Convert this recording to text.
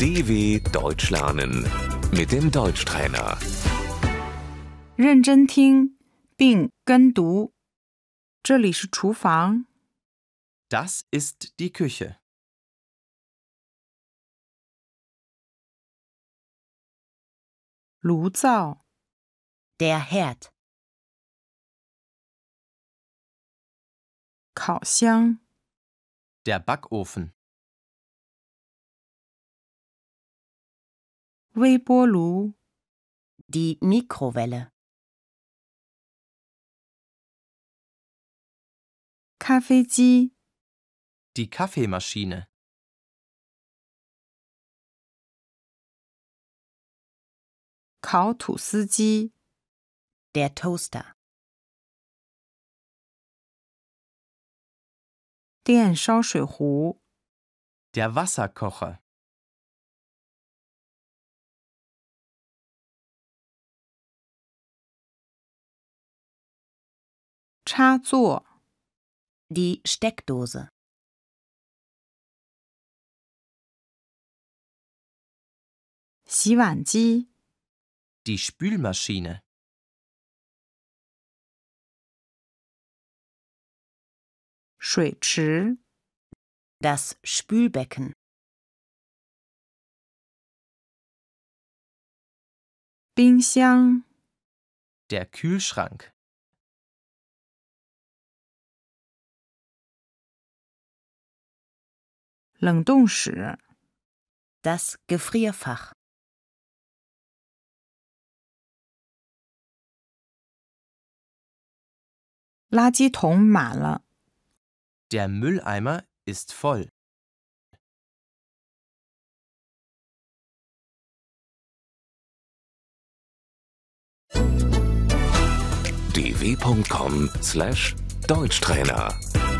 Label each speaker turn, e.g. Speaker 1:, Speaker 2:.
Speaker 1: DW Deutsch lernen mit dem Deutschtrainer.
Speaker 2: 认真听并跟读。这里是厨房，
Speaker 3: Das ist die Küche.
Speaker 2: 炉灶、
Speaker 4: Der Herd,
Speaker 2: 烤箱、
Speaker 3: Der Backofen.
Speaker 2: 微波炉、
Speaker 4: die Mikrowelle,
Speaker 2: 咖啡机、
Speaker 3: Die Kaffeemaschine.
Speaker 2: 烤吐司机、
Speaker 4: der Toaster,
Speaker 2: 电烧水壶、
Speaker 3: Der Wasserkocher.
Speaker 2: 插座、
Speaker 4: die Steckdose,
Speaker 2: 洗碗机、
Speaker 3: Die Spülmaschine.
Speaker 2: 水池、
Speaker 4: das Spülbecken,
Speaker 2: 冰箱、
Speaker 3: Der Kühlschrank.
Speaker 2: 冷冻室、
Speaker 4: das Gefrierfach,
Speaker 2: 垃圾桶满了，
Speaker 3: Der Mülleimer ist voll.
Speaker 1: dw.com/deutschtrainer